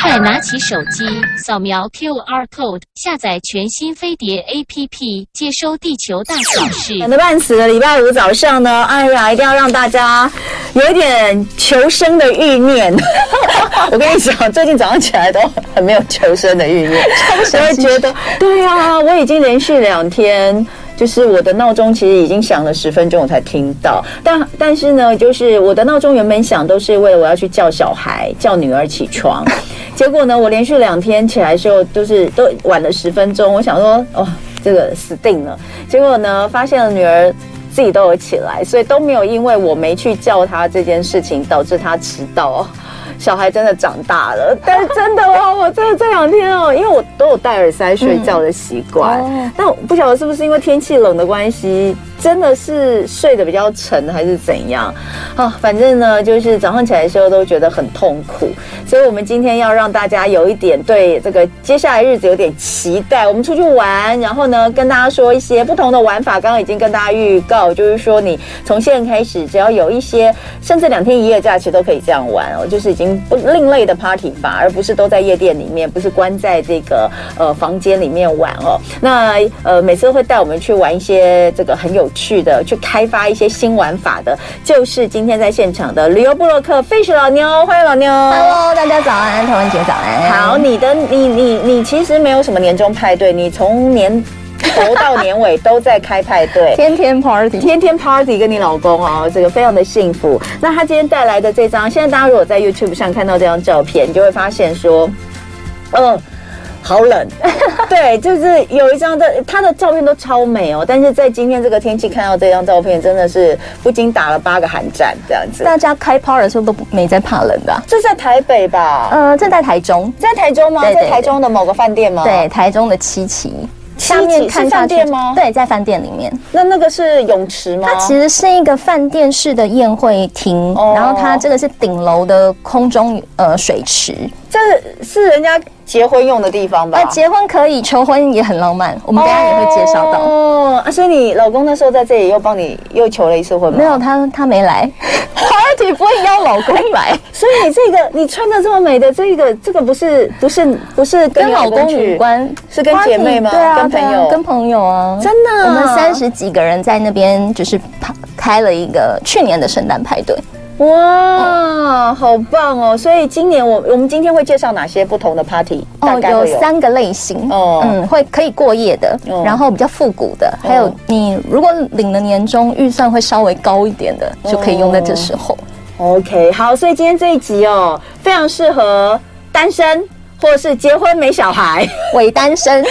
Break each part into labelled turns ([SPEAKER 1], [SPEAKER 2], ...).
[SPEAKER 1] 快拿起手机，扫描 QR code，下载全新飞碟 APP，接收地球大小事。
[SPEAKER 2] 冷的半死的礼拜五早上呢，哎呀，一定要让大家有一点求生的欲念。 我跟你讲，最近早上起来都很没有求生的欲念， 我会觉得，对啊，我已经连续两天。就是我的闹钟其实已经响了十分钟，我才听到。但但是呢，就是我的闹钟原本响都是为了我要去叫小孩、叫女儿起床。结果呢，我连续两天起来的时候，就是都晚了十分钟。我想说，哦，这个死定了。结果呢，发现了女儿自己都有起来，所以都没有因为我没去叫她这件事情导致她迟到、哦。小孩真的长大了，但是真的哦，我真的这两天哦，因为我都有戴耳塞睡觉的习惯，
[SPEAKER 3] 哦
[SPEAKER 2] 但我不晓得是不是因为天气冷的关系，真的是睡得比较沉还是怎样啊？反正呢，就是早上起来的时候都觉得很痛苦，所以我们今天要让大家有一点对这个接下来日子有点期待。我们出去玩，然后呢，跟大家说一些不同的玩法。刚刚已经跟大家预告，就是说你从现在开始，只要有一些甚至两天一夜假期都可以这样玩哦，就是已经不另类的 party 法，而不是都在夜店里面，不是关在这个呃房间里面玩哦。那呃每次会带我们去玩一些这个很有趣的，去开发一些新玩法的，就是今天在现场的旅游部落客 Fish 老妞，欢迎老妞。
[SPEAKER 3] Hello，大家早安，台湾姐早安。
[SPEAKER 2] 好，你的你你你其实没有什么年终派对，你从年头到年尾都在开派 对。
[SPEAKER 3] 天天 party，
[SPEAKER 2] 天天 party 跟你老公哦，这个非常的幸福。那他今天带来的这张，现在大家如果在 YouTube 上看到这张照片，你就会发现说，嗯，好冷。 对，就是有一张的，他的照片都超美哦。但是在今天这个天气看到这张照片，真的是不禁打了八个寒战这样子。
[SPEAKER 3] 大家开 party 的时候都不没在怕冷的啊、
[SPEAKER 2] 这在台北吧？
[SPEAKER 3] 呃，正在台中，
[SPEAKER 2] 在台中吗？
[SPEAKER 3] 对对
[SPEAKER 2] 在台中的某个饭店吗？
[SPEAKER 3] 对，台中的七期，下
[SPEAKER 2] 哦期是饭店吗
[SPEAKER 3] 对，在饭店里面。
[SPEAKER 2] 那那个是泳池吗？
[SPEAKER 3] 它其实是一个饭店式的宴会厅，
[SPEAKER 2] 哦
[SPEAKER 3] 然后它这个是顶楼的空中呃水池。
[SPEAKER 2] 这是人家结婚用的地方吧？
[SPEAKER 3] 那结婚可以，求婚也很浪漫，我们等一下也会介绍到。
[SPEAKER 2] 哦、啊，所以你老公那时候在这里又帮你又求了一次婚吗？
[SPEAKER 3] 没有，他，他没 来，party 不会邀老公来，
[SPEAKER 2] 所以你这个你穿的这么美的这个这个不是不是不是跟
[SPEAKER 3] 跟
[SPEAKER 2] 你老
[SPEAKER 3] 老
[SPEAKER 2] 公
[SPEAKER 3] 公
[SPEAKER 2] 去
[SPEAKER 3] 无，关，
[SPEAKER 2] 是跟姐妹吗
[SPEAKER 3] Party，对啊，
[SPEAKER 2] 跟朋友
[SPEAKER 3] 对啊跟朋友啊，
[SPEAKER 2] 真的啊
[SPEAKER 3] 我们三十几个人在那边就是啪开了一个去年的圣诞派对，
[SPEAKER 2] 哇，好棒哦！所以今年我我们今天会介绍哪些不同的 party？大
[SPEAKER 3] 哦，
[SPEAKER 2] 概会
[SPEAKER 3] 有三个类型，
[SPEAKER 2] 哦
[SPEAKER 3] 嗯，会可以过夜的，
[SPEAKER 2] 哦
[SPEAKER 3] 然后比较复古的，还
[SPEAKER 2] 哦
[SPEAKER 3] 有你如果领了年终预算会稍微高一点的，就可以用在这时候。
[SPEAKER 2] OK，好，所以今天这一集哦，非常适合单身或是结婚没小孩。
[SPEAKER 3] 伪单 身，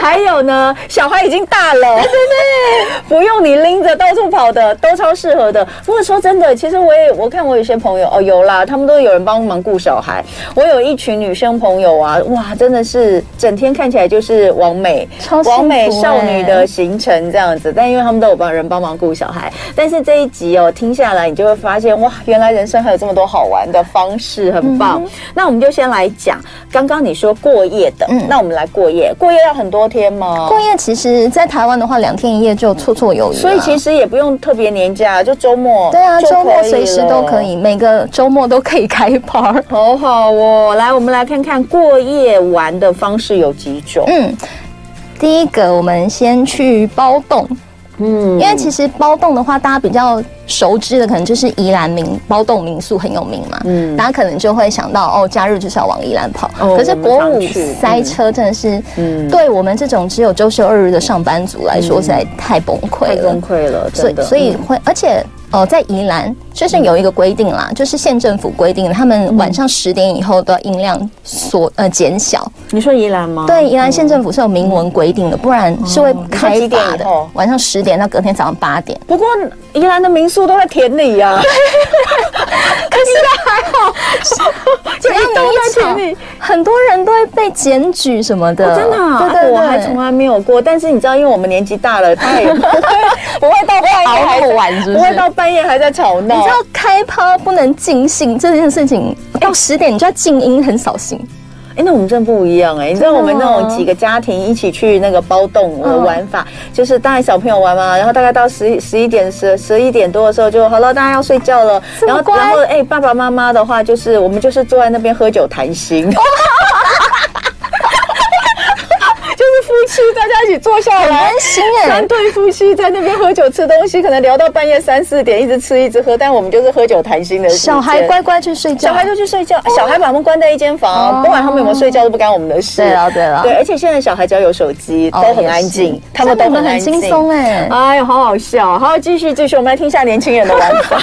[SPEAKER 2] 还有呢，小孩已经大了，对对对，不用你拎着到处跑的，都超适合的。不过说真的，其实我也我看我有些朋友哦，有啦，他们都有人帮忙顾小孩。我有一群女生朋友啊，哇，真的是整天看起来就是完美
[SPEAKER 3] 超幸福
[SPEAKER 2] 完美少女的
[SPEAKER 3] 欸
[SPEAKER 2] 行程这样子。但因为他们都有帮人帮忙顾小孩，但是这一集哦，听下来你就会发现哇，原来人生还有这么多好玩的方式，很
[SPEAKER 3] 嗯
[SPEAKER 2] 棒。那我们就先来讲，刚刚你说过夜的，
[SPEAKER 3] 嗯
[SPEAKER 2] 那我们来过夜，过夜要很多天吗？
[SPEAKER 3] 过夜其实在台湾的话，两天一夜就绰绰有余了。
[SPEAKER 2] 所以其实也不用特别年假，就周末
[SPEAKER 3] 对啊，
[SPEAKER 2] 就可以
[SPEAKER 3] 周末随时都可
[SPEAKER 2] 了。
[SPEAKER 3] 以，每个周末都可以开趴。
[SPEAKER 2] 好好哦，来，我们来看看过夜玩的方式有几种。
[SPEAKER 3] 嗯，第一个我们先去包栋，
[SPEAKER 2] 嗯，
[SPEAKER 3] 因为其实包栋的话，大家比较熟知的可能就是宜兰民包栋民宿很有名嘛，
[SPEAKER 2] 嗯
[SPEAKER 3] 大家可能就会想到哦，假日就是要往宜兰跑。
[SPEAKER 2] 哦
[SPEAKER 3] 可是国
[SPEAKER 2] 我们常
[SPEAKER 3] 五
[SPEAKER 2] 去
[SPEAKER 3] 塞车真的是，
[SPEAKER 2] 嗯
[SPEAKER 3] 对我们这种只有周休二日的上班族来说，实在太崩
[SPEAKER 2] 太
[SPEAKER 3] 溃了
[SPEAKER 2] 崩。溃了，
[SPEAKER 3] 所
[SPEAKER 2] 真
[SPEAKER 3] 以
[SPEAKER 2] 的。嗯
[SPEAKER 3] 所以会，而且呃，在宜兰就是有一个规定啦，就是县政府规定，他们晚上十点以后的音量缩呃减小。
[SPEAKER 2] 嗯你说宜兰吗？
[SPEAKER 3] 对，宜兰县政府是有明文规定的，不然是会开
[SPEAKER 2] 哦你说几点
[SPEAKER 3] 罚
[SPEAKER 2] 以
[SPEAKER 3] 的
[SPEAKER 2] 后。
[SPEAKER 3] 晚上十点到隔天早上八点。
[SPEAKER 2] 不过宜兰的民宿都在田里 呀、啊，
[SPEAKER 3] 只要
[SPEAKER 2] 都在
[SPEAKER 3] 你
[SPEAKER 2] 群
[SPEAKER 3] 一
[SPEAKER 2] 里
[SPEAKER 3] 吵，很多人都会被检举什么的。
[SPEAKER 2] 真的、啊，
[SPEAKER 3] 对对对，
[SPEAKER 2] 我还从来没有过。但是你知道，因为我们年纪大了，他也不会不会到半夜 还
[SPEAKER 3] 熬不完是不是
[SPEAKER 2] 不会到半夜还在吵闹。
[SPEAKER 3] 你知道开趴不能尽兴这件事情，到十点你就要静音，很扫兴。
[SPEAKER 2] 哎，那我们真的不一样哎、你知道
[SPEAKER 3] 真的
[SPEAKER 2] 我们那种
[SPEAKER 3] 吗
[SPEAKER 2] 几个家庭一起去那个包栋的
[SPEAKER 3] 嗯
[SPEAKER 2] 玩法，就是当然小朋友玩嘛，然后大概到十十一点十十一点多的时候就好了，大家要睡觉了。
[SPEAKER 3] 这么
[SPEAKER 2] 然后
[SPEAKER 3] 乖
[SPEAKER 2] 然后哎，爸爸妈妈的话就是我们就是坐在那边喝酒谈心， 就是夫妻大家一起坐下
[SPEAKER 3] 很
[SPEAKER 2] 来
[SPEAKER 3] 温。馨哎
[SPEAKER 2] 三，对夫妻在那边喝酒吃东西，可能聊到半夜三四点，一直吃一直喝，但我们就是喝酒谈心的时间。
[SPEAKER 3] 小孩乖乖去睡觉，
[SPEAKER 2] 小孩就去睡觉，小孩把他们关在一间房，
[SPEAKER 3] 哦
[SPEAKER 2] 不管他们有没有睡觉都不干我们的事。
[SPEAKER 3] 对了对了
[SPEAKER 2] 对，而啊且现在小孩只要有手机都
[SPEAKER 3] 哦
[SPEAKER 2] 很安
[SPEAKER 3] 也
[SPEAKER 2] 静
[SPEAKER 3] 是，
[SPEAKER 2] 他们都
[SPEAKER 3] 真的
[SPEAKER 2] 很
[SPEAKER 3] 很
[SPEAKER 2] 安静
[SPEAKER 3] 轻松哎，
[SPEAKER 2] 哎呦，好好笑！好，继续继续，我们来听一下年轻人的玩法。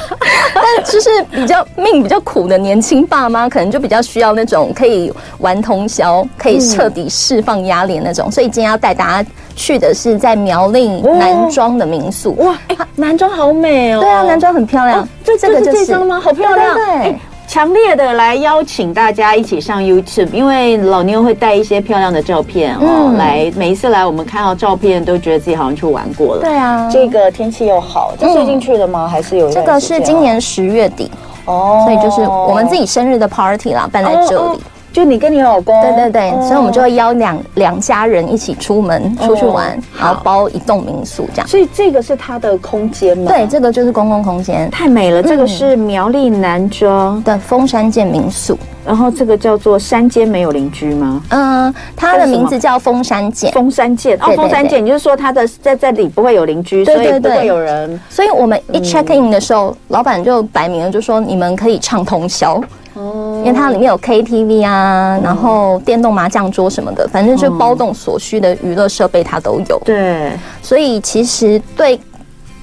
[SPEAKER 3] 但就是比较命比较苦的年轻爸妈，可能就比较需要那种可以玩通宵、可以彻底释放压力的那种。
[SPEAKER 2] 嗯
[SPEAKER 3] 所以今天要带大家去的是在苗栗南庄的民宿。
[SPEAKER 2] 哇，哎，男装好美哦！
[SPEAKER 3] 对啊，南庄很漂亮。
[SPEAKER 2] 哦，这这是这张吗？好漂亮！
[SPEAKER 3] 对对对
[SPEAKER 2] 哎强烈的来邀请大家一起上 YouTube，因为老妞会带一些漂亮的照片哦，
[SPEAKER 3] 嗯
[SPEAKER 2] 来每一次来我们看到照片都觉得自己好像去玩过了。
[SPEAKER 3] 对啊，
[SPEAKER 2] 这个天气又好，这最近去的吗？嗯还是有一
[SPEAKER 3] 这
[SPEAKER 2] 段
[SPEAKER 3] 个
[SPEAKER 2] 时间
[SPEAKER 3] 是
[SPEAKER 2] 啊
[SPEAKER 3] 今年十月底，
[SPEAKER 2] 哦，
[SPEAKER 3] 所以就是我们自己生日的 party 啦，办在这
[SPEAKER 2] 哦
[SPEAKER 3] 里
[SPEAKER 2] 哦。就你跟你老公，
[SPEAKER 3] 对对对，
[SPEAKER 2] 哦
[SPEAKER 3] 所以我们就会邀两两家人一起出门出去玩
[SPEAKER 2] 嗯，
[SPEAKER 3] 然后包一栋民宿这样。
[SPEAKER 2] 所以这个是他的空间嘛？嗯
[SPEAKER 3] 对，这个就是公共空间
[SPEAKER 2] 太美了，这个是苗栗南庄，
[SPEAKER 3] 的峰山见民宿。
[SPEAKER 2] 然后这个叫做山间没有邻居吗？
[SPEAKER 3] 嗯，它的名字叫峰山涧，
[SPEAKER 2] 峰山涧哦，
[SPEAKER 3] 对对
[SPEAKER 2] 峰山涧，你就是说它的在这里不会有邻居，
[SPEAKER 3] 对
[SPEAKER 2] 所以
[SPEAKER 3] 对
[SPEAKER 2] 不
[SPEAKER 3] 对
[SPEAKER 2] 会有人。
[SPEAKER 3] 所以我们
[SPEAKER 2] 嗯
[SPEAKER 3] 一 check in 的时候，老板就摆明了就说你们可以唱通宵，
[SPEAKER 2] 哦嗯
[SPEAKER 3] 因为它里面有 KTV 啊，然后电动麻将桌什么的，反正就包栋所需的娱乐设备它都有。
[SPEAKER 2] 对，
[SPEAKER 3] 所以其实对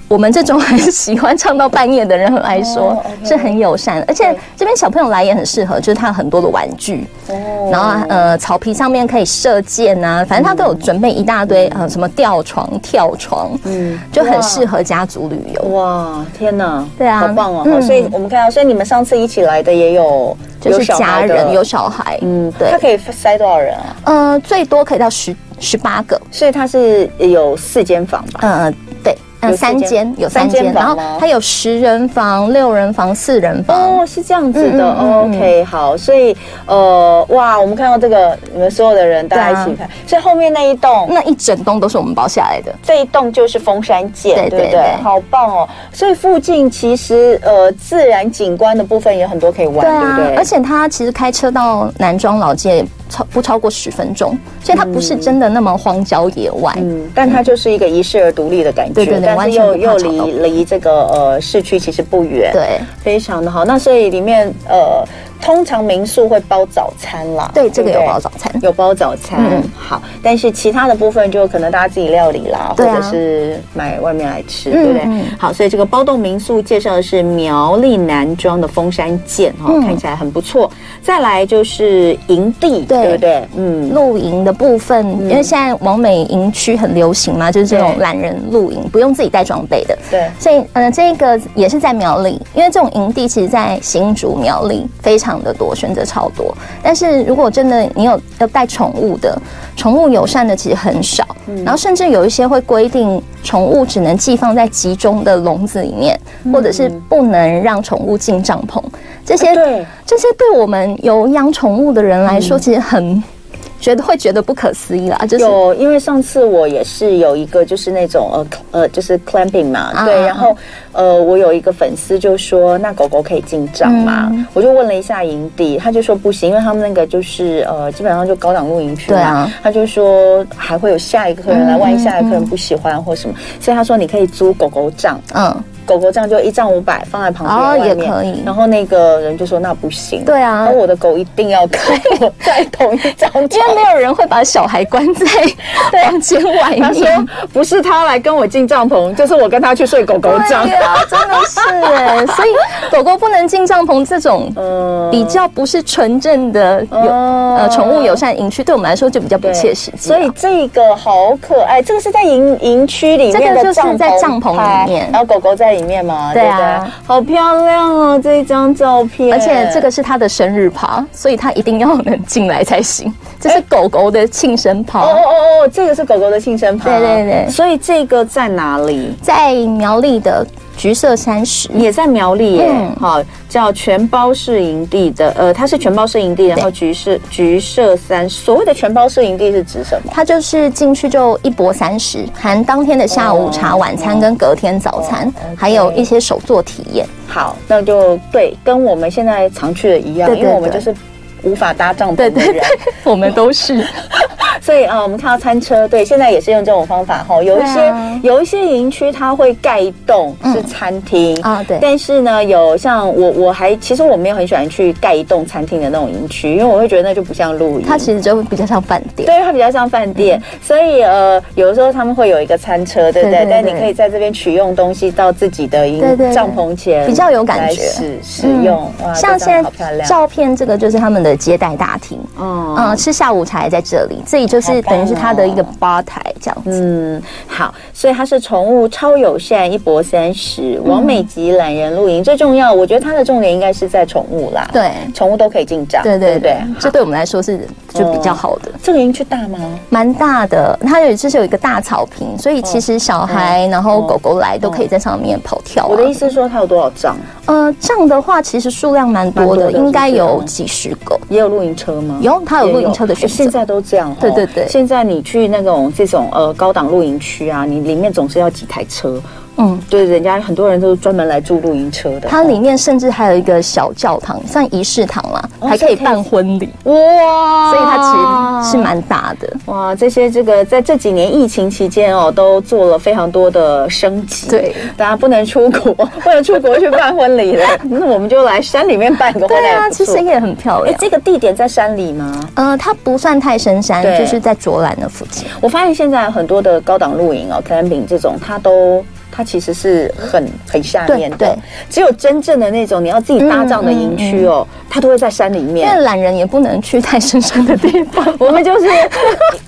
[SPEAKER 3] 我们这种很喜欢唱到半夜的人来说
[SPEAKER 2] 哦，OK
[SPEAKER 3] 是很友善的，而且这边小朋友来也很适合，就是它有很多的玩具，
[SPEAKER 2] 哦
[SPEAKER 3] 然后呃，草皮上面可以射箭啊，反正他都有准备一大堆呃，什么吊床、跳床，
[SPEAKER 2] 嗯
[SPEAKER 3] 嗯，就很适合家族旅游。
[SPEAKER 2] 哇，天哪，
[SPEAKER 3] 对啊
[SPEAKER 2] 好棒哦！
[SPEAKER 3] 嗯
[SPEAKER 2] 好所以我们看到，所以你们上次一起来的也有，
[SPEAKER 3] 就是
[SPEAKER 2] 小
[SPEAKER 3] 家
[SPEAKER 2] 孩的
[SPEAKER 3] 人有小孩，
[SPEAKER 2] 嗯
[SPEAKER 3] 嗯，，
[SPEAKER 2] 对，
[SPEAKER 3] 对
[SPEAKER 2] 它，可以塞多少人啊？
[SPEAKER 3] 呃，最多可以到十十八个，
[SPEAKER 2] 所以它是有四间房吧？
[SPEAKER 3] 呃，对，
[SPEAKER 2] 有四间
[SPEAKER 3] 呃，三间有三
[SPEAKER 2] 三间
[SPEAKER 3] 间，然
[SPEAKER 2] 房啊
[SPEAKER 3] 后
[SPEAKER 2] 吗
[SPEAKER 3] 它有十人房、六人房、四人房，
[SPEAKER 2] 哦，是这样子的、
[SPEAKER 3] 嗯嗯嗯
[SPEAKER 2] o k 好，所以呃，哇，我们看到这个，你们所有的人大家
[SPEAKER 3] 啊
[SPEAKER 2] 一起看，所以后面那一栋，
[SPEAKER 3] 那一整栋都是我们包下来的。
[SPEAKER 2] 这一栋就是峰山涧，
[SPEAKER 3] 对
[SPEAKER 2] 对不
[SPEAKER 3] 对
[SPEAKER 2] 对？
[SPEAKER 3] 对
[SPEAKER 2] 好棒哦！所以附近其实呃，自然景观的部分也很多可以玩，对啊不对？
[SPEAKER 3] 啊而且它其实开车到南庄老街也超不超过十分钟，所以它不是真的那么荒郊野外。
[SPEAKER 2] 嗯，但它就是一个遗世而独立的感觉，
[SPEAKER 3] 对对对
[SPEAKER 2] 但
[SPEAKER 3] 完
[SPEAKER 2] 是
[SPEAKER 3] 全
[SPEAKER 2] 又
[SPEAKER 3] 不怕
[SPEAKER 2] 又
[SPEAKER 3] 吵
[SPEAKER 2] 离
[SPEAKER 3] 到
[SPEAKER 2] 离这个呃市区其实不远，，
[SPEAKER 3] 对。
[SPEAKER 2] 非常的好。那所以里面呃，通常民宿会包早餐啦，
[SPEAKER 3] 对，这个有
[SPEAKER 2] 不
[SPEAKER 3] 包早餐。
[SPEAKER 2] 有包早餐，
[SPEAKER 3] 嗯
[SPEAKER 2] 好，但是其他的部分就可能大家自己料理啦，或
[SPEAKER 3] 对啊
[SPEAKER 2] 者是买外面来吃，
[SPEAKER 3] 嗯
[SPEAKER 2] 对不对？
[SPEAKER 3] 嗯
[SPEAKER 2] 好，所以这个包栋民宿介绍的是苗栗南庄的峰山涧哈、
[SPEAKER 3] 嗯
[SPEAKER 2] 看起来很不错。再来就是营地，
[SPEAKER 3] 对
[SPEAKER 2] 对不对？嗯，
[SPEAKER 3] 露营的部分，因为现在往美营区很流行嘛，就是这种
[SPEAKER 2] 对
[SPEAKER 3] 懒人露营，不用自己带装备的。
[SPEAKER 2] 对
[SPEAKER 3] 所以，呃，这个也是在苗栗，因为这种营地其实，在新竹、苗栗非常的多，选择超多。但是如果真的你有要带宠物的，宠物友善的其实很少，
[SPEAKER 2] 嗯
[SPEAKER 3] 然后甚至有一些会规定宠物只能寄放在集中的笼子里面，或者是不能让宠物进帐篷。这些、
[SPEAKER 2] 哎嗯对嗯
[SPEAKER 3] 这些对我们有养宠物的人来说，其实很觉得会觉得不可思议啦，就是
[SPEAKER 2] 有，因为上次我也是有一个，就是那种呃呃，就是 clamping 嘛，
[SPEAKER 3] 啊
[SPEAKER 2] 对。
[SPEAKER 3] 啊
[SPEAKER 2] 然后呃，我有一个粉丝就说，那狗狗可以进帐嘛？
[SPEAKER 3] 嗯
[SPEAKER 2] 我就问了一下营地，他就说不行，因为他们那个就是呃，基本上就高档露营区嘛。
[SPEAKER 3] 对啊
[SPEAKER 2] 他就说还会有下一个客人来，万一下一个客人不喜欢或什么，所以他说你可以租狗狗帐，
[SPEAKER 3] 嗯，
[SPEAKER 2] 狗狗帐就一帐五百放在旁
[SPEAKER 3] 哦
[SPEAKER 2] 边外
[SPEAKER 3] 也
[SPEAKER 2] 面。
[SPEAKER 3] 可以
[SPEAKER 2] 然后那个人就说那不行。
[SPEAKER 3] 对啊
[SPEAKER 2] 然后我的狗一定要跟我在同一张床。
[SPEAKER 3] 因为没有人会把小孩关在房间外面。
[SPEAKER 2] 他说不是他来跟我进帐篷，就是我跟他去睡狗狗帐
[SPEAKER 3] 对。啊，真的是哎，所以狗狗不能进帐篷这种
[SPEAKER 2] 嗯，
[SPEAKER 3] 比较不是纯正的有
[SPEAKER 2] 哦
[SPEAKER 3] 呃宠物友善营区，对我们来说就比较不
[SPEAKER 2] 对
[SPEAKER 3] 切实际啊。
[SPEAKER 2] 所以这个好可爱，这个是在营营区里面
[SPEAKER 3] 这个
[SPEAKER 2] 的
[SPEAKER 3] 就是
[SPEAKER 2] 帐篷拍，
[SPEAKER 3] 在帐篷里面
[SPEAKER 2] 然后狗狗在里面嘛，
[SPEAKER 3] 对
[SPEAKER 2] 对不
[SPEAKER 3] 啊
[SPEAKER 2] 对？好漂亮哦，这一张照片，
[SPEAKER 3] 而且这个是它的生日趴，所以它一定要能进来才行。这是狗狗的庆生趴
[SPEAKER 2] 哦。哦哦哦，这个是狗狗的庆生趴，
[SPEAKER 3] 对对对
[SPEAKER 2] 所以这个在哪里？
[SPEAKER 3] 在苗栗的橘色山石，
[SPEAKER 2] 也在苗栗耶
[SPEAKER 3] 嗯，
[SPEAKER 2] 好、叫全包式营地的，呃，它是全包式营地，然后橘色橘色三，所谓的全包式营地是指什么？
[SPEAKER 3] 它就是进去就一博三十，含当天的下午茶、晚餐跟隔天早
[SPEAKER 2] 哦
[SPEAKER 3] 餐，还有一些手作体验。
[SPEAKER 2] 好，那就对，跟我们现在常去的一样，
[SPEAKER 3] 对对
[SPEAKER 2] 因为我们就
[SPEAKER 3] 对
[SPEAKER 2] 是无法搭帐篷的
[SPEAKER 3] 对
[SPEAKER 2] 人，
[SPEAKER 3] 对对，我们都是。
[SPEAKER 2] 所以啊、呃我们看到餐车，对，现在也是用这种方法哈。有一些、
[SPEAKER 3] 对啊
[SPEAKER 2] 有一些营区它会盖一栋是餐厅
[SPEAKER 3] 啊对
[SPEAKER 2] 但是呢，有像我我还其实我没有很喜欢去盖一栋餐厅的那种营区，因为我会觉得那就不像露营。
[SPEAKER 3] 它其实就比较像饭店。
[SPEAKER 2] 对，它比较像饭店，所以呃，有的时候他们会有一个餐车，对不对？
[SPEAKER 3] 嗯对对
[SPEAKER 2] 但
[SPEAKER 3] 对
[SPEAKER 2] 你可以在这边取用东西到自己的营
[SPEAKER 3] 对对对
[SPEAKER 2] 帐篷前，
[SPEAKER 3] 比较有感觉嗯
[SPEAKER 2] 使使用。哇，
[SPEAKER 3] 像
[SPEAKER 2] 这张
[SPEAKER 3] 现
[SPEAKER 2] 好漂
[SPEAKER 3] 在
[SPEAKER 2] 亮，
[SPEAKER 3] 照片这个就是他们的接待大厅，
[SPEAKER 2] 嗯
[SPEAKER 3] 嗯，吃下午茶也在这里，这里就是等于是它的一个
[SPEAKER 2] 好
[SPEAKER 3] bar 台这样子。
[SPEAKER 2] 嗯，好，所以它是宠物超友善，一博三十，完美级懒人露营。最重要，我觉得它的重点应该是在宠物啦，，
[SPEAKER 3] 对，
[SPEAKER 2] 宠物都可以进帐，
[SPEAKER 3] 对对
[SPEAKER 2] 不
[SPEAKER 3] 对
[SPEAKER 2] 对。，哦
[SPEAKER 3] 这对我们来说是就比较好的。
[SPEAKER 2] 这个营区大吗？
[SPEAKER 3] 蛮大的，它有就是有一个大草坪，所以其实小孩、然后狗狗来都可以在上面跑跳、啊。
[SPEAKER 2] 哦我的意思是说，它有多少帐？
[SPEAKER 3] 呃，这样的话其实数量蛮多
[SPEAKER 2] 蛮多
[SPEAKER 3] 的，
[SPEAKER 2] 的
[SPEAKER 3] 应该有几十个。
[SPEAKER 2] 也有露营车吗？
[SPEAKER 3] 有，它有露营车的
[SPEAKER 2] 也有
[SPEAKER 3] 选
[SPEAKER 2] 哎现
[SPEAKER 3] 择。
[SPEAKER 2] 在都这样哦。
[SPEAKER 3] 对对对
[SPEAKER 2] 现在你去那种这种呃高档露营区啊，你里面总是要几台车。
[SPEAKER 3] 嗯，
[SPEAKER 2] 对，人家很多人都是专门来住露营车的。
[SPEAKER 3] 它里面甚至还有一个小教堂，像仪式堂啦，
[SPEAKER 2] 哦
[SPEAKER 3] 还可以
[SPEAKER 2] 所以可以
[SPEAKER 3] 办婚礼，
[SPEAKER 2] 哇，
[SPEAKER 3] 所以它其实是蛮大的。
[SPEAKER 2] 哇，这些这个在这几年疫情期间哦，都做了非常多的升级。
[SPEAKER 3] 对，
[SPEAKER 2] 大家不能出国， 不能出国去办婚礼 了，那我们就来山里面办个婚礼
[SPEAKER 3] 对
[SPEAKER 2] 也
[SPEAKER 3] 啊，
[SPEAKER 2] 不错。
[SPEAKER 3] 其实也很漂
[SPEAKER 2] 哎
[SPEAKER 3] 亮，。
[SPEAKER 2] 这个地点在山里吗？
[SPEAKER 3] 呃，它不算太深山，
[SPEAKER 2] 对
[SPEAKER 3] 就是在卓兰的附近。
[SPEAKER 2] 我发现现在很多的高档露营哦，camping 这种，它都它其实是很很下面的
[SPEAKER 3] 对对
[SPEAKER 2] 只有真正的那种你要自己搭帐的营区
[SPEAKER 3] 嗯
[SPEAKER 2] 哦，它都会在山里
[SPEAKER 3] 因为
[SPEAKER 2] 面。
[SPEAKER 3] 懒人也不能去太深山 的地方，
[SPEAKER 2] 我们就是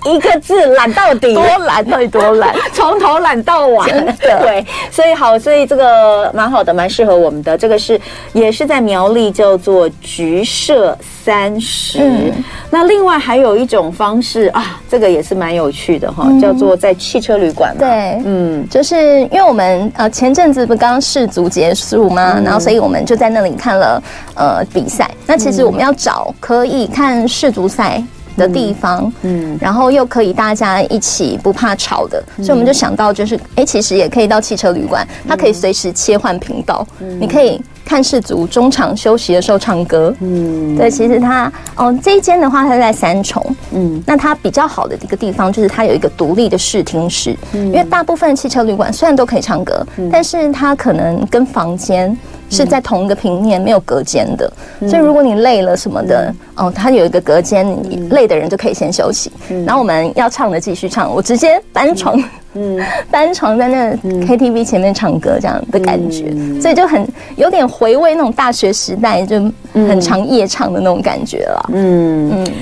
[SPEAKER 2] 一个字懒到底，
[SPEAKER 3] 多懒到底多懒。
[SPEAKER 2] 从头懒到完， 对，所以好，所以这个蛮好的，蛮适合我们的。这个是也是在苗栗叫做橘社三十、
[SPEAKER 3] 嗯
[SPEAKER 2] 那另外还有一种方式啊，这个也是蛮有趣的哈、叫做在汽车旅馆嘛。
[SPEAKER 3] 对，
[SPEAKER 2] 嗯，
[SPEAKER 3] 就是因为我们呃前阵子不刚世足结束吗？
[SPEAKER 2] 嗯
[SPEAKER 3] 然后所以我们就在那里看了呃比赛。那其
[SPEAKER 2] 嗯
[SPEAKER 3] 实我们要找可以看世足赛。的地方，
[SPEAKER 2] 嗯
[SPEAKER 3] 嗯，然后又可以大家一起不怕吵的，所以我们就想到就是，哎，其实也可以到汽车旅馆，它可以随时切换频道，你可以看世足中场休息的时候唱歌，嗯，对，其实它哦这一间的话它在三重，
[SPEAKER 2] 嗯
[SPEAKER 3] 嗯，那它比较好的一个地方就是它有一个独立的视听室，
[SPEAKER 2] 嗯
[SPEAKER 3] 因为大部分汽车旅馆虽然都可以唱歌，但是它可能跟房间是在同一个平面，没有隔间的，
[SPEAKER 2] 嗯
[SPEAKER 3] 所以如果你累了什么的，哦，它有一个隔间，你累的人就可以先休息，
[SPEAKER 2] 嗯
[SPEAKER 3] 然后我们要唱的继续唱，我直接搬床， 嗯，搬床在那
[SPEAKER 2] 嗯
[SPEAKER 3] KTV 前面唱歌这样的感觉，所以就很有点回味那种大学时代就
[SPEAKER 2] 嗯
[SPEAKER 3] 很常夜唱的那种感觉了，嗯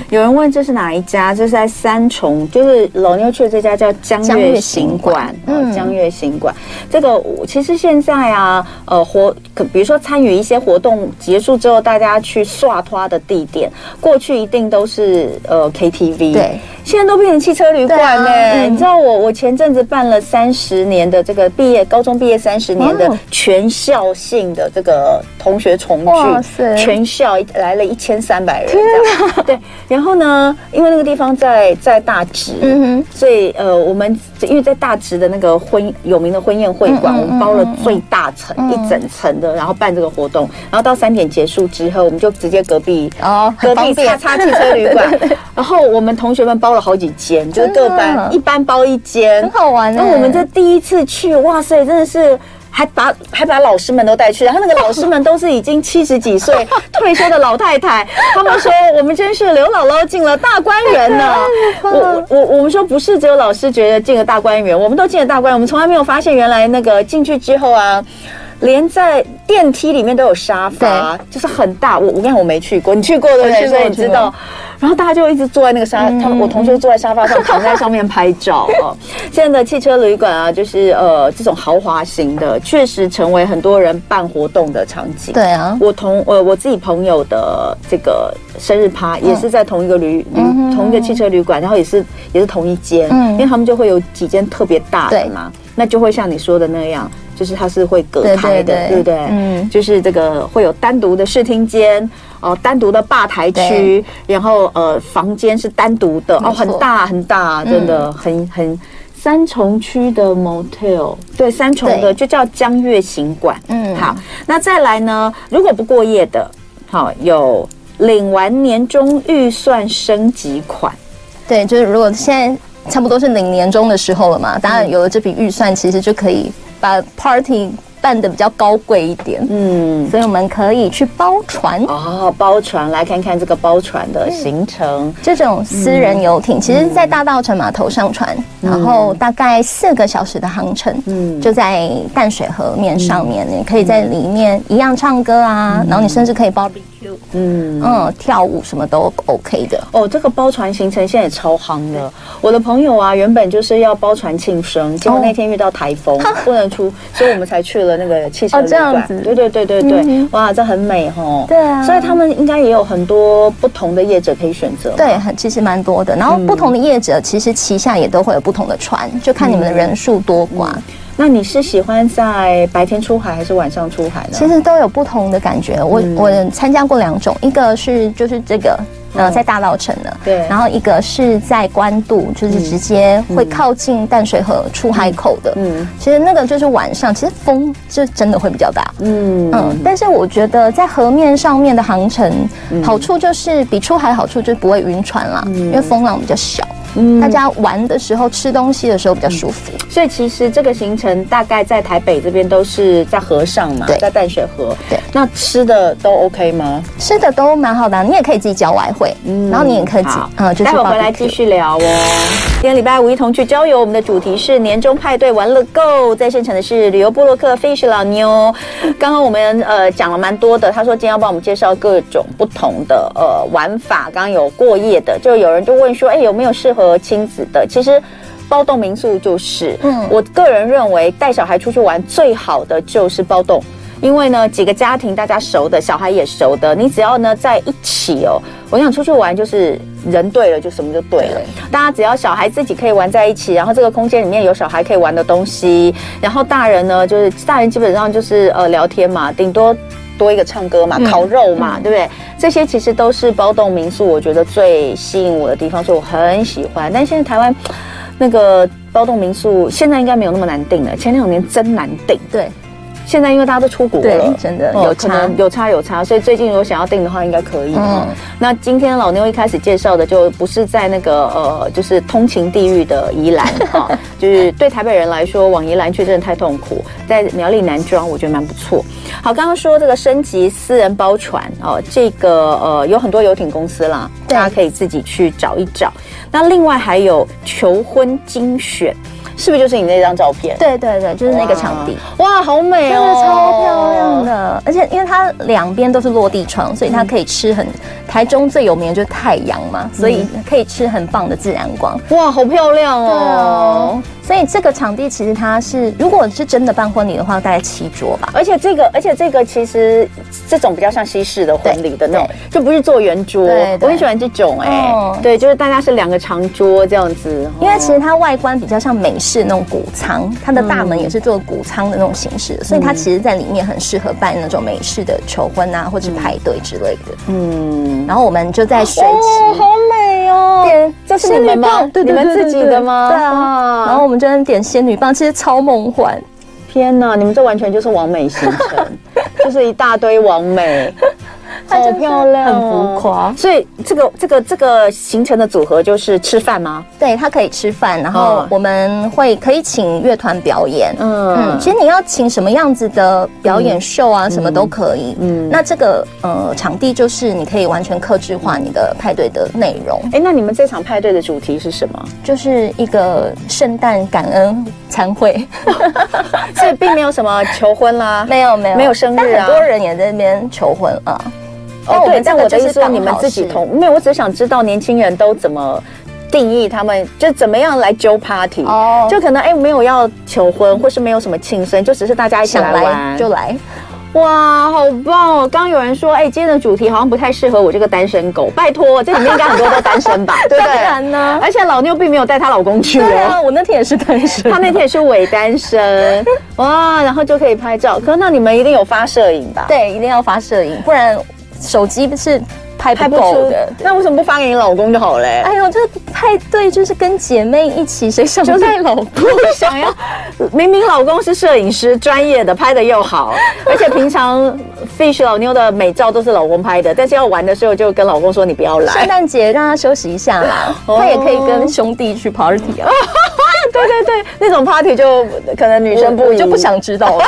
[SPEAKER 2] 有人问这是哪一家？这是在三重，就是老妞去的这家叫江
[SPEAKER 3] 江
[SPEAKER 2] 月行
[SPEAKER 3] 月行
[SPEAKER 2] 馆
[SPEAKER 3] 馆。
[SPEAKER 2] 嗯，
[SPEAKER 3] 嗯
[SPEAKER 2] 江月行馆这个我其实现在啊，呃，活可比如说参与一些活动结束之后，大家去刷花的地点，过去一定都是呃 KTV。
[SPEAKER 3] 对。
[SPEAKER 2] 现在都变成汽车旅馆
[SPEAKER 3] 对啊
[SPEAKER 2] 呢、
[SPEAKER 3] 嗯
[SPEAKER 2] 你知道我我前阵子办了三十年的这个毕业高中毕业三十年的
[SPEAKER 3] 哇哦
[SPEAKER 2] 全校性的这个同学重
[SPEAKER 3] 哇
[SPEAKER 2] 聚，
[SPEAKER 3] 塞啊
[SPEAKER 2] 全校一来了一千三百人，这样对，然后呢，因为那个地方在在大直，
[SPEAKER 3] 嗯哼。
[SPEAKER 2] 所以呃，我们因为在大直的那个婚有名的婚宴会馆，
[SPEAKER 3] 嗯嗯
[SPEAKER 2] 我们包了最大层、
[SPEAKER 3] 嗯
[SPEAKER 2] 一整层的，然后办这个活动，然后到三点结束之后，我们就直接隔壁
[SPEAKER 3] 哦，
[SPEAKER 2] 隔
[SPEAKER 3] 很
[SPEAKER 2] 壁
[SPEAKER 3] 方
[SPEAKER 2] 叉
[SPEAKER 3] 便。
[SPEAKER 2] 叉汽车旅 馆，然后我们同学们包了好几间，就是各班
[SPEAKER 3] 真的
[SPEAKER 2] 一班包一间，
[SPEAKER 3] 很好玩欸
[SPEAKER 2] 那我们这第一次去，哇塞，真的是。还把还把老师们都带去，然后那个老师们都是已经七十几岁 退休的老太太，他们说我们真是刘姥姥进了大观园呢。我我我们说不是只有老师觉得进了大观园，我们都进了大观园，我们从来没有发现原来那个进去之后啊，连在电梯里面都有沙发，就是很大。我我跟你讲我没去过，你去过对不
[SPEAKER 3] 我
[SPEAKER 2] 对？
[SPEAKER 3] 去过
[SPEAKER 2] 所以
[SPEAKER 3] 我
[SPEAKER 2] 你
[SPEAKER 3] 去
[SPEAKER 2] 知
[SPEAKER 3] 过
[SPEAKER 2] 道。然后大家就一直坐在那个沙，他们我同学坐在沙发上，躺在上面拍照哦。现在的汽车旅馆啊，就是呃这种豪华型的，确实成为很多人办活动的场景。
[SPEAKER 3] 对啊，
[SPEAKER 2] 我同呃我自己朋友的这个生日
[SPEAKER 3] 嗯
[SPEAKER 2] 趴也是在同一个旅旅、同一个汽车旅馆，然后也是也是同一间，
[SPEAKER 3] 嗯
[SPEAKER 2] 因为他们就会有几间特别大的
[SPEAKER 3] 对
[SPEAKER 2] 嘛，那就会像你说的那样，就是它是会隔
[SPEAKER 3] 对
[SPEAKER 2] 开的，
[SPEAKER 3] 对对
[SPEAKER 2] 不对？
[SPEAKER 3] 嗯
[SPEAKER 2] 就是这个会有单独的视听间，哦、单独的吧台区
[SPEAKER 3] 对，
[SPEAKER 2] 然后呃，房间是单独的，哦，
[SPEAKER 3] 没错嗯
[SPEAKER 2] 很大很大，真的、很很。三重区的 motel，对，三重的
[SPEAKER 3] 对
[SPEAKER 2] 就叫江月行馆。
[SPEAKER 3] 嗯
[SPEAKER 2] 好，那再来呢？如果不过夜的，好有领完年终预算升级款，
[SPEAKER 3] 对，就是如果现在差不多是领年终的时候了嘛，当然有了这笔预算，其实就可以把 party 办得比较高贵一点，
[SPEAKER 2] 嗯，
[SPEAKER 3] 所以我们可以去包船。
[SPEAKER 2] 哦，包船来看看这个包船的行程，
[SPEAKER 3] 这种私人游
[SPEAKER 2] 嗯
[SPEAKER 3] 艇，其实，在大稻城码头上船，然后大概四个小时的航程，
[SPEAKER 2] 嗯
[SPEAKER 3] 就在淡水河面上面，你可以在里面一样唱歌啊，然后你甚至可以 barbecue，
[SPEAKER 2] 嗯。
[SPEAKER 3] 嗯，跳舞什么都 OK 的。
[SPEAKER 2] 哦，这个包船行程现在也超夯的。我的朋友啊，原本就是要包船庆生，结果那天遇到台风，不能 出，所以我们才去了那个汽车
[SPEAKER 3] 哦
[SPEAKER 2] 旅
[SPEAKER 3] 这样
[SPEAKER 2] 馆。
[SPEAKER 3] 子
[SPEAKER 2] 对对对对对，哇，这很美哦。
[SPEAKER 3] 对啊
[SPEAKER 2] 所以他们应该也有很多不同的业者可以选择。
[SPEAKER 3] 对，很其实蛮多的。然后不同的业者其实旗下也都会有不同的船，就看你
[SPEAKER 2] 嗯
[SPEAKER 3] 们的人数多寡，
[SPEAKER 2] 那你是喜欢在白天出海还是晚上出海呢？
[SPEAKER 3] 其实都有不同的感觉。我、
[SPEAKER 2] 嗯
[SPEAKER 3] 我参加过两种，一个是就是这个。呃，
[SPEAKER 2] 嗯
[SPEAKER 3] 在大稻城的，
[SPEAKER 2] 对嗯
[SPEAKER 3] 然后一个是在关渡，就是直接会靠近淡水河出海口的，
[SPEAKER 2] 嗯
[SPEAKER 3] 嗯
[SPEAKER 2] 嗯，
[SPEAKER 3] 其实那个就是晚上，其实风就真的会比较大，
[SPEAKER 2] 嗯
[SPEAKER 3] 嗯，但是我觉得在河面上面的航程，
[SPEAKER 2] 嗯
[SPEAKER 3] 好处就是比出海好处就是不会晕船啦，因为风浪比较小，
[SPEAKER 2] 嗯
[SPEAKER 3] 大家玩的时候、吃东西的时候比较舒服。
[SPEAKER 2] 所以其实这个行程大概在台北这边都是在河上嘛
[SPEAKER 3] 对，
[SPEAKER 2] 在淡水河。
[SPEAKER 3] 对，
[SPEAKER 2] 那吃的都 OK 吗？
[SPEAKER 3] 吃的都蛮好的啊，你也可以自己交外汇，然后你也可以自己
[SPEAKER 2] 嗯好，
[SPEAKER 3] 呃，就是
[SPEAKER 2] 待会回来
[SPEAKER 3] barbecue
[SPEAKER 2] 继续聊哦。今天礼拜五一同去郊游，我们的主题是年终派对玩乐购，在现场的是旅游部落客 Fish 老妞。刚刚我们呃讲了蛮多的，他说今天要帮我们介绍各种不同的呃玩法。刚刚有过夜的，就有人就问说，哎，有没有适合亲子的？其实。包栋民宿就是，嗯
[SPEAKER 3] 嗯，
[SPEAKER 2] 我个人认为带小孩出去玩最好的就是包栋，因为呢几个家庭大家熟的，小孩也熟的，你只要呢在一起哦，我想出去玩就是人对了就什么就对了
[SPEAKER 3] 对，
[SPEAKER 2] 大家只要小孩自己可以玩在一起，然后这个空间里面有小孩可以玩的东西，然后大人呢就是大人基本上就是呃聊天嘛，顶多。多一个唱歌
[SPEAKER 3] 嗯
[SPEAKER 2] 嘛，烤肉嘛，对不对？这些其实都是包栋民宿，我觉得最吸引我的地方，所以我很喜欢。但现在台湾那个包栋民宿现在应该没有那么难订了，前两年真难订。
[SPEAKER 3] 对
[SPEAKER 2] 现在因为大家都出国了哦
[SPEAKER 3] 对，真的有
[SPEAKER 2] 可
[SPEAKER 3] 差
[SPEAKER 2] 能有差有差，所以最近如果想要订的话，应该可以。嗯
[SPEAKER 3] 嗯，
[SPEAKER 2] 那今天老妞一开始介绍的就不是在那个呃，就是通勤地域的宜兰哈、就是对台北人来说，往宜兰去真的太痛苦。在苗栗南庄，我觉得蛮不错。好，刚刚说这个升级私人包船哦、这个呃有很多游艇公司啦，
[SPEAKER 3] 对
[SPEAKER 2] 大家可以自己去找一找。那另外还有求婚精选，是不是就是你那张照片？
[SPEAKER 3] 对对对，就是那个场地。
[SPEAKER 2] 哇，哇，好美
[SPEAKER 3] 真
[SPEAKER 2] 哦，
[SPEAKER 3] 的超漂亮的，而且因为它两边都是落地窗，所以它可以吃很台中最有名的就是太阳
[SPEAKER 2] 嗯
[SPEAKER 3] 嘛，所以可以吃很棒的自然光。
[SPEAKER 2] 哇，好漂亮
[SPEAKER 3] 对
[SPEAKER 2] 哦
[SPEAKER 3] 哦！，所以这个场地其实它是，如果是真的办婚礼的话，大概七桌吧。
[SPEAKER 2] 而且这个，而且这个其实这种比较像西式的婚礼的那种，就不是坐圆桌
[SPEAKER 3] 对，
[SPEAKER 2] 我
[SPEAKER 3] 对
[SPEAKER 2] 很喜欢这种哎、
[SPEAKER 3] 哦
[SPEAKER 2] 对，就是大家是两个长桌这样子，哦
[SPEAKER 3] 因为其实它外观比较像美式那种谷仓，它的大门也是做谷仓的那种形式，所以它其实在里面很适合办那种美式的求婚啊，或者派对之类的。
[SPEAKER 2] 嗯，
[SPEAKER 3] 然后我们就在水
[SPEAKER 2] 哦，
[SPEAKER 3] 池
[SPEAKER 2] 好美哦！
[SPEAKER 3] 点，
[SPEAKER 2] 这是你们吗
[SPEAKER 3] 仙女棒对对
[SPEAKER 2] 你们
[SPEAKER 3] 对对
[SPEAKER 2] 自己
[SPEAKER 3] 对对
[SPEAKER 2] 的吗
[SPEAKER 3] 对啊
[SPEAKER 2] 哇。
[SPEAKER 3] 然后我们就在那点仙女棒，其实超梦幻。
[SPEAKER 2] 天哪，你们这完全就是完美行 程，就是一大堆完美，
[SPEAKER 3] 它
[SPEAKER 2] 好
[SPEAKER 3] 就是
[SPEAKER 2] 漂亮、哦
[SPEAKER 3] 很浮夸
[SPEAKER 2] 所以这个这个这个行程的组合就是吃饭吗？
[SPEAKER 3] 对，它可以吃饭，然
[SPEAKER 2] 哦
[SPEAKER 3] 后我们会可以请乐团表演。嗯，
[SPEAKER 2] 嗯，
[SPEAKER 3] 其实你要请什么样子的表演秀啊，什么都可以。
[SPEAKER 2] 嗯
[SPEAKER 3] 嗯，那这个呃场地就是你可以完全克制化你的派对的内容，
[SPEAKER 2] 哎、那你们这场派对的主题是什么？
[SPEAKER 3] 就是一个圣诞感恩餐会。
[SPEAKER 2] 所以并没有什么求婚啦，
[SPEAKER 3] 没有没 有
[SPEAKER 2] 没有生日啊
[SPEAKER 3] 但很多人也在那边求婚啊。
[SPEAKER 2] 哦，对，但我的
[SPEAKER 3] 就
[SPEAKER 2] 意
[SPEAKER 3] 是
[SPEAKER 2] 思说你们自己同，没有，我只想知道年轻人都怎么定义他们，就怎么样来揪 party，、
[SPEAKER 3] 哦，就
[SPEAKER 2] 就可能哎、没有要求婚，或是没有什么庆生，就只是大家一起
[SPEAKER 3] 想
[SPEAKER 2] 来
[SPEAKER 3] 来
[SPEAKER 2] 玩，
[SPEAKER 3] 就来。
[SPEAKER 2] 哇，好棒哦！刚有人说，哎、今天的主题好像不太适合我这个单身狗。拜托，这里面应该很多都单身 吧，对不
[SPEAKER 3] 当
[SPEAKER 2] 对？
[SPEAKER 3] 然呢
[SPEAKER 2] 而且老妞并没有带她老公去
[SPEAKER 3] 对
[SPEAKER 2] 哦。
[SPEAKER 3] 啊，我那天也是单身。
[SPEAKER 2] 她那天也是伪单 身哇，然后就可以拍照。可那你们一定有发摄影吧？，
[SPEAKER 3] 对，一定要发摄影，不然手机是拍
[SPEAKER 2] 拍
[SPEAKER 3] 不
[SPEAKER 2] 不
[SPEAKER 3] 够
[SPEAKER 2] 出
[SPEAKER 3] 的。。
[SPEAKER 2] 那为什么不发给你老公就好嘞？
[SPEAKER 3] 哎呦，这派对就是跟姐妹一起，谁想
[SPEAKER 2] 就是
[SPEAKER 3] 带老公？
[SPEAKER 2] 不想要， 明明老公是摄影师，专业的，拍的又 好，而且平常 fish 老妞的美照都是老公拍的，但是要玩的时候就跟老公说你不要来
[SPEAKER 3] 圣。诞节让他休息一下啦，
[SPEAKER 2] 哦
[SPEAKER 3] 他也可以跟兄弟去 party 啊。
[SPEAKER 2] 对对对，那种 party 就可能女生不
[SPEAKER 3] 我
[SPEAKER 2] 宜
[SPEAKER 3] 就不。想知 道了。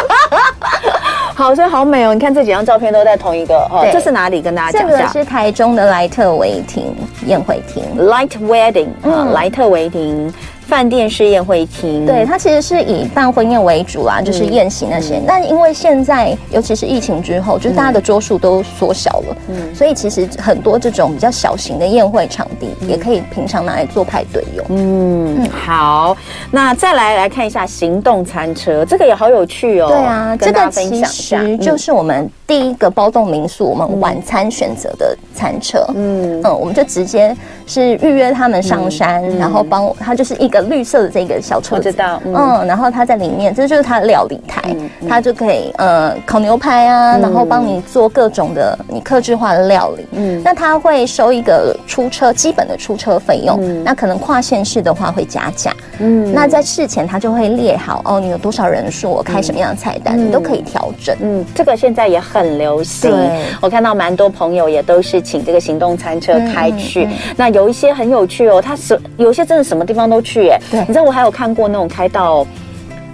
[SPEAKER 2] 好，所以好美哦！你看这几张照片都在同一个哦，
[SPEAKER 3] 对
[SPEAKER 2] 这是哪里？跟大家
[SPEAKER 3] 这啊
[SPEAKER 2] 讲一
[SPEAKER 3] 个
[SPEAKER 2] 下。
[SPEAKER 3] 是台中的莱特维厅宴会厅，
[SPEAKER 2] Light Wedding 啊，莱特维廷饭店式宴会厅。
[SPEAKER 3] 对，它其实是以办婚宴为主啦，就是宴席那些。但因为现在尤其是疫情之后，就是大家的桌数都缩小了，所以其实很多这种比较小型的宴会场地，也可以平常拿来做派对用。
[SPEAKER 2] 嗯，好，那再来来看一下行动餐车，这个也好有趣哦。
[SPEAKER 3] 对啊，
[SPEAKER 2] 跟
[SPEAKER 3] 这
[SPEAKER 2] 大家
[SPEAKER 3] 个
[SPEAKER 2] 分
[SPEAKER 3] 其
[SPEAKER 2] 享一下嗯
[SPEAKER 3] 实就是我们第一个包栋民宿，我们晚餐选择的餐车。嗯我们就直接是预约他们上山，然后帮我它就是一个绿色的这个小车
[SPEAKER 2] 嗯我
[SPEAKER 3] 子，
[SPEAKER 2] 知道嗯
[SPEAKER 3] 嗯然后它在里面，这就是它的料理台，它就可以呃烤牛排啊，
[SPEAKER 2] 嗯
[SPEAKER 3] 然后帮你做各种的你克制化的料理。嗯，那它会收一个出车基本的出车费用，
[SPEAKER 2] 嗯
[SPEAKER 3] 那可能跨县市的话会加价。嗯，那在事前它就会列好哦，你有多少人数，我开什么样的菜单，你都可以调整。
[SPEAKER 2] 嗯，这个现在也很流行
[SPEAKER 3] 对，
[SPEAKER 2] 我看到蛮多朋友也都是请这个行动餐车开去。
[SPEAKER 3] 嗯
[SPEAKER 2] 那有一些很有趣哦，它什有一些真的什么地方都去耶。
[SPEAKER 3] 对
[SPEAKER 2] 你知道我还有看过那种开到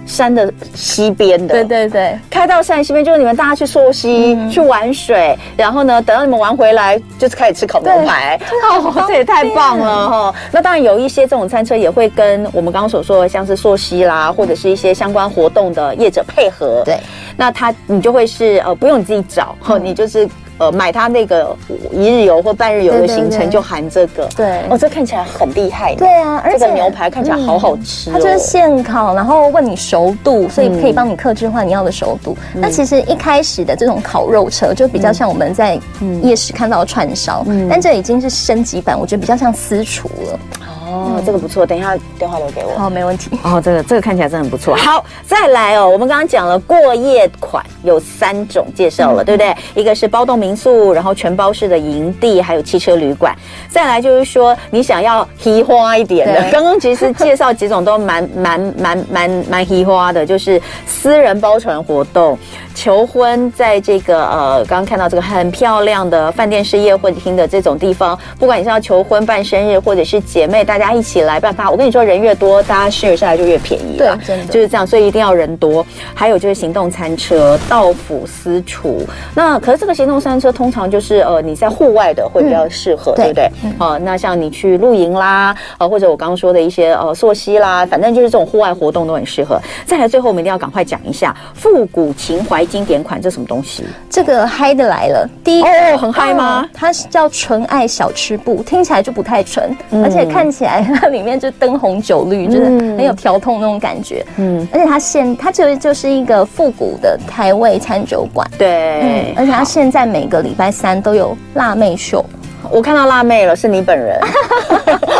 [SPEAKER 2] 山的西边的，
[SPEAKER 3] 对对，
[SPEAKER 2] 开到山西边就是你们大家去溯溪、
[SPEAKER 3] 嗯
[SPEAKER 2] 去玩水，然后呢，等到你们玩回来就是开始吃烤牛 排，
[SPEAKER 3] 啊
[SPEAKER 2] 哦，这也太棒了哈、那当然有一些这种餐车也会跟我们刚刚所说的，像是溯溪啦，或者是一些相关活动的业者配合，
[SPEAKER 3] 对，嗯
[SPEAKER 2] 那他你就会是呃不用你自己找，哈、 你就是。呃，买他那个一日游或半日游的
[SPEAKER 3] 对对
[SPEAKER 2] 行程
[SPEAKER 3] 对
[SPEAKER 2] 就含这个，
[SPEAKER 3] 对
[SPEAKER 2] 哦，这看起来很厉害呢，
[SPEAKER 3] 对啊而
[SPEAKER 2] 这个
[SPEAKER 3] 且嗯
[SPEAKER 2] 牛排看起来好好吃哦，
[SPEAKER 3] 它就是现烤，然后问你熟度，所以可以帮你克制化你要的熟度。嗯那其实一开始的这种烤肉车就比较像我们在夜市看到的串烧，但这已经是升级版，我觉得比较像私厨了。
[SPEAKER 2] 哦，这个不错，等一下电话留给我，
[SPEAKER 3] 好，没问题。
[SPEAKER 2] 哦，这个这个看起来真的很不错。好，再来哦，我们刚刚讲了过夜款有三种介绍了，对不对？一个是包栋民宿，然后全包式的营地，还有汽车旅馆。再来就是说，你想要稀花一点的，
[SPEAKER 3] 对
[SPEAKER 2] 刚刚其实介绍几种都蛮 蛮蛮蛮蛮稀花的，就是私人包船活动、求婚，在这个呃刚刚看到这个很漂亮的饭店式夜会厅的这种地方，不管你是要求婚、办生日，或者是姐妹大家一起来办趴，我跟你说，人越多，大家 share 下来就越便宜啦，
[SPEAKER 3] 对真的
[SPEAKER 2] 就是这样，所以一定要人多。还有就是行动餐车、到府私厨，那可是这个行动餐车通常就是呃你在户外的会比较适合，
[SPEAKER 3] 嗯
[SPEAKER 2] 对
[SPEAKER 3] 对
[SPEAKER 2] 不对？哦，那像你去露营啦，呃，或者我刚刚说的一些呃溯溪啦，反正就是这种户外活动都很适合。再来，最后我们一定要赶快讲一下复古情怀经典款，这什么东西？
[SPEAKER 3] 这个嗨的来了，第一个
[SPEAKER 2] 哦很嗨吗
[SPEAKER 3] 嗯它是叫纯爱小吃部，听起来就不太纯，
[SPEAKER 2] 嗯
[SPEAKER 3] 而且看起来它里面就灯红酒绿，就是很有调痛那种感觉。嗯，而且它现它其实就是一个复古的台味餐酒馆。
[SPEAKER 2] 对哎
[SPEAKER 3] 嗯，，而且它现在每个礼拜三都有辣妹秀，
[SPEAKER 2] 我看到辣妹了，是你本人。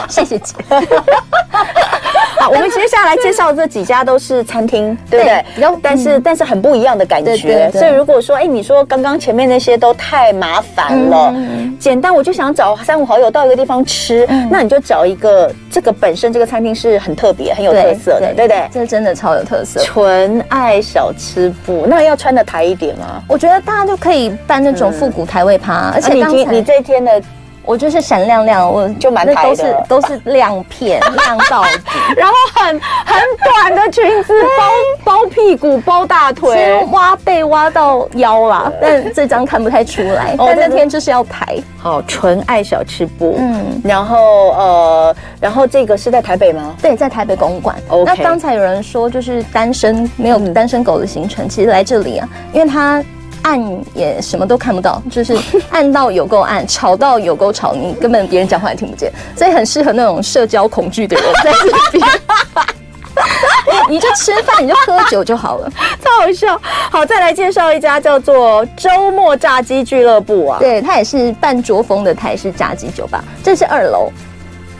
[SPEAKER 3] 谢谢姐。
[SPEAKER 2] 好，我们接下来介绍这几家都是餐 厅，对不对嗯
[SPEAKER 3] 对？比较
[SPEAKER 2] 但是、但是很不一样的感觉。
[SPEAKER 3] 对对对
[SPEAKER 2] 所以如果说，哎，你说刚刚前面那些都太麻烦了，简单，我就想找三五好友到一个地方吃，那你就找一个这个本身这个餐厅是很特别、很 有特色的，对不对？
[SPEAKER 3] 这真的超有特色。
[SPEAKER 2] 纯爱小吃部，那要穿的台一点吗？
[SPEAKER 3] 我觉得大家就可以办那种复古台味趴，而
[SPEAKER 2] 嗯啊
[SPEAKER 3] 且
[SPEAKER 2] 你
[SPEAKER 3] 刚
[SPEAKER 2] 今你
[SPEAKER 3] 才
[SPEAKER 2] 这一天的，
[SPEAKER 3] 我就是闪亮亮，我
[SPEAKER 2] 就蛮
[SPEAKER 3] 那
[SPEAKER 2] 台的
[SPEAKER 3] 都是都是亮 片亮到底。
[SPEAKER 2] 然后很很短的裙 子，包包屁股，包大
[SPEAKER 3] 其实
[SPEAKER 2] 腿，
[SPEAKER 3] 挖背挖到腰啦，但这张看不太出来。
[SPEAKER 2] 哦
[SPEAKER 3] 但那
[SPEAKER 2] 真的
[SPEAKER 3] 天就是要台，
[SPEAKER 2] 好纯爱小吃部。
[SPEAKER 3] 嗯，
[SPEAKER 2] 然后呃，然后这个是在台北吗？
[SPEAKER 3] 对，在台北公馆。
[SPEAKER 2] OK 嗯
[SPEAKER 3] 那刚才有人说，就是单身没有单身狗的行程，其实来这里啊，因为它暗也什么都看不到，就是 暗到有够暗，吵到有够吵，你 根本别人讲话也听不见，所以很适合那种社交恐惧的人在这边。 你你就吃饭，你就喝酒就好了。
[SPEAKER 2] 超好笑。好，再来介绍一家叫做周末炸鸡俱乐部啊，
[SPEAKER 3] 对，它也是半桌风的台式炸鸡酒吧，这是二楼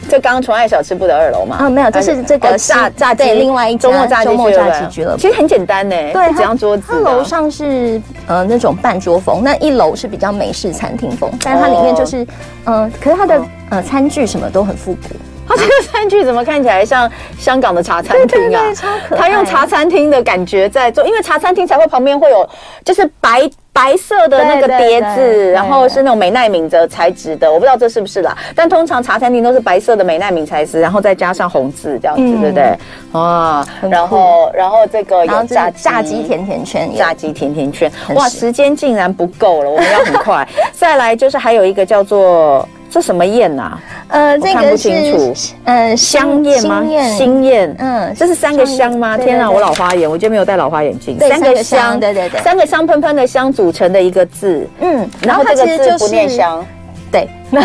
[SPEAKER 2] 这刚刚纯爱小吃部的二楼嘛。
[SPEAKER 3] 啊，没有，这是这
[SPEAKER 2] 哦
[SPEAKER 3] 个西
[SPEAKER 2] 炸炸鸡，
[SPEAKER 3] 对，另外一家
[SPEAKER 2] 周末炸鸡
[SPEAKER 3] 周末炸
[SPEAKER 2] 部
[SPEAKER 3] 鸡俱乐部。
[SPEAKER 2] 其实很简单呢，
[SPEAKER 3] 对，
[SPEAKER 2] 就几张桌子
[SPEAKER 3] 它
[SPEAKER 2] 啊。
[SPEAKER 3] 楼上是呃那种半桌风，那一楼是比较美式餐厅风，但是它里面就是，嗯、可是它的、
[SPEAKER 2] 哦
[SPEAKER 3] 呃餐具什么都很复古，
[SPEAKER 2] 它这个餐具怎么看起来像香港的茶餐厅啊？
[SPEAKER 3] 超可
[SPEAKER 2] 他用茶餐厅的感觉在做，因为茶餐厅才会旁边会有就是白白色的那个
[SPEAKER 3] 对对
[SPEAKER 2] 碟
[SPEAKER 3] 对
[SPEAKER 2] 子，
[SPEAKER 3] 对
[SPEAKER 2] 然后是那种美奈敏的材质的，我不知道这是不是啦。但通常茶餐厅都是白色的美奈敏材质，然后再加上红字这样子，
[SPEAKER 3] 嗯
[SPEAKER 2] 对不对？哇，
[SPEAKER 3] 很酷
[SPEAKER 2] 然后然后这个
[SPEAKER 3] 然
[SPEAKER 2] 有
[SPEAKER 3] 后
[SPEAKER 2] 炸
[SPEAKER 3] 炸
[SPEAKER 2] 鸡
[SPEAKER 3] 炸鸡。甜甜圈也
[SPEAKER 2] 炸鸡甜甜圈，哇，
[SPEAKER 3] 实
[SPEAKER 2] 时间竟然不够了，我们要很快。 再来就是还有一个叫做这什么宴呐、啊？
[SPEAKER 3] 呃，
[SPEAKER 2] 我
[SPEAKER 3] 这
[SPEAKER 2] 看不
[SPEAKER 3] 个
[SPEAKER 2] 清楚
[SPEAKER 3] 是呃
[SPEAKER 2] 香宴吗？
[SPEAKER 3] 新
[SPEAKER 2] 新宴，
[SPEAKER 3] 嗯
[SPEAKER 2] 这是三个香吗？
[SPEAKER 3] 对
[SPEAKER 2] 天啊，
[SPEAKER 3] 对对
[SPEAKER 2] 我老花眼，我今天没有戴老花眼镜。
[SPEAKER 3] 对三个香对对对
[SPEAKER 2] 三个香喷喷的香组成的一个字，
[SPEAKER 3] 嗯，
[SPEAKER 2] 然后
[SPEAKER 3] 它
[SPEAKER 2] 这
[SPEAKER 3] 其
[SPEAKER 2] 个
[SPEAKER 3] 实
[SPEAKER 2] 字
[SPEAKER 3] 就
[SPEAKER 2] 不
[SPEAKER 3] 是
[SPEAKER 2] 念 香，
[SPEAKER 3] 对，它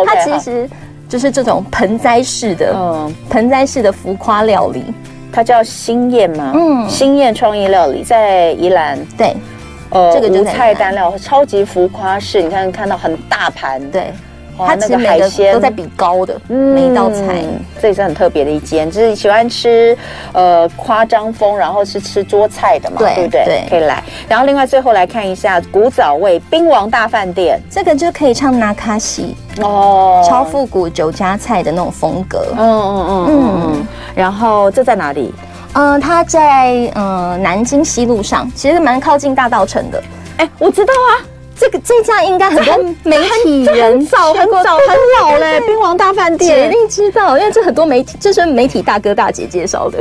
[SPEAKER 2] OK，
[SPEAKER 3] 其
[SPEAKER 2] 好
[SPEAKER 3] 实就是这种盆栽式的、
[SPEAKER 2] 嗯，
[SPEAKER 3] 盆栽式的浮夸料理，
[SPEAKER 2] 它叫新宴吗？嗯，
[SPEAKER 3] 嗯
[SPEAKER 2] 新宴创意料理在宜兰，
[SPEAKER 3] 对
[SPEAKER 2] 呃，
[SPEAKER 3] 这个就
[SPEAKER 2] 无
[SPEAKER 3] 在宜兰
[SPEAKER 2] 菜单料超级浮夸式，你看看到很大盘，，
[SPEAKER 3] 对，
[SPEAKER 2] 哇
[SPEAKER 3] 它其实每个都在比高的、每一道菜。
[SPEAKER 2] 嗯这也是很特别的一间，就是喜欢吃呃夸张风，然后是吃桌菜的嘛，对
[SPEAKER 3] 对
[SPEAKER 2] 不对？
[SPEAKER 3] 对
[SPEAKER 2] 可以来。然后另外最后来看一下古早味冰王大饭店
[SPEAKER 3] 这个就可以唱纳卡西，
[SPEAKER 2] 哦
[SPEAKER 3] 超复古酒家菜的那种风格。
[SPEAKER 2] 嗯嗯嗯嗯嗯
[SPEAKER 3] 嗯。
[SPEAKER 2] 然后这在哪里？
[SPEAKER 3] 嗯、它在呃南京西路上，其实蛮靠近大道城的。
[SPEAKER 2] 哎，我知道啊，
[SPEAKER 3] 这个这家应该很多媒体
[SPEAKER 2] 这
[SPEAKER 3] 人
[SPEAKER 2] 很早
[SPEAKER 3] 去
[SPEAKER 2] 很
[SPEAKER 3] 过
[SPEAKER 2] 早很老嘞，冰王大饭
[SPEAKER 3] 指
[SPEAKER 2] 店。
[SPEAKER 3] 定知道，因为这很多媒体，这是媒体大哥大姐介绍的。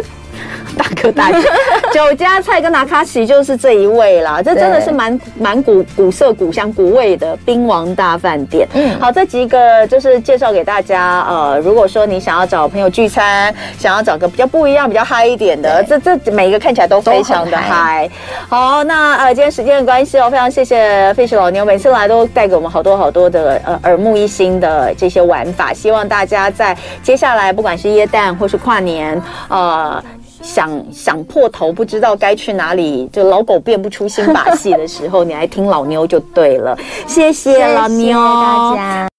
[SPEAKER 2] 大哥大姐，酒家菜跟拿卡西就是这一位啦， 这真的是蛮蛮古古色古香古味的槟王大饭店。嗯，
[SPEAKER 3] 嗯
[SPEAKER 2] 好，这几个就是介绍给大家。呃，如果说你想要找朋友聚餐，想要找个比较不一样、比较嗨一点的，这这每一个看起来都非常的
[SPEAKER 3] 都很
[SPEAKER 2] 嗨
[SPEAKER 3] 嗨。
[SPEAKER 2] 好，那呃，今天时间的关系哦，非常谢谢 Fish 老牛，每次来都带给我们好多好多的呃耳目一新的这些玩法，希望大家在接下来不管是耶诞或是跨年，呃。想想破头不知道该去哪里，就老狗变不出新把戏的时候，你来听老妞就对了。谢谢
[SPEAKER 3] 谢
[SPEAKER 2] 老妞，
[SPEAKER 3] 大家。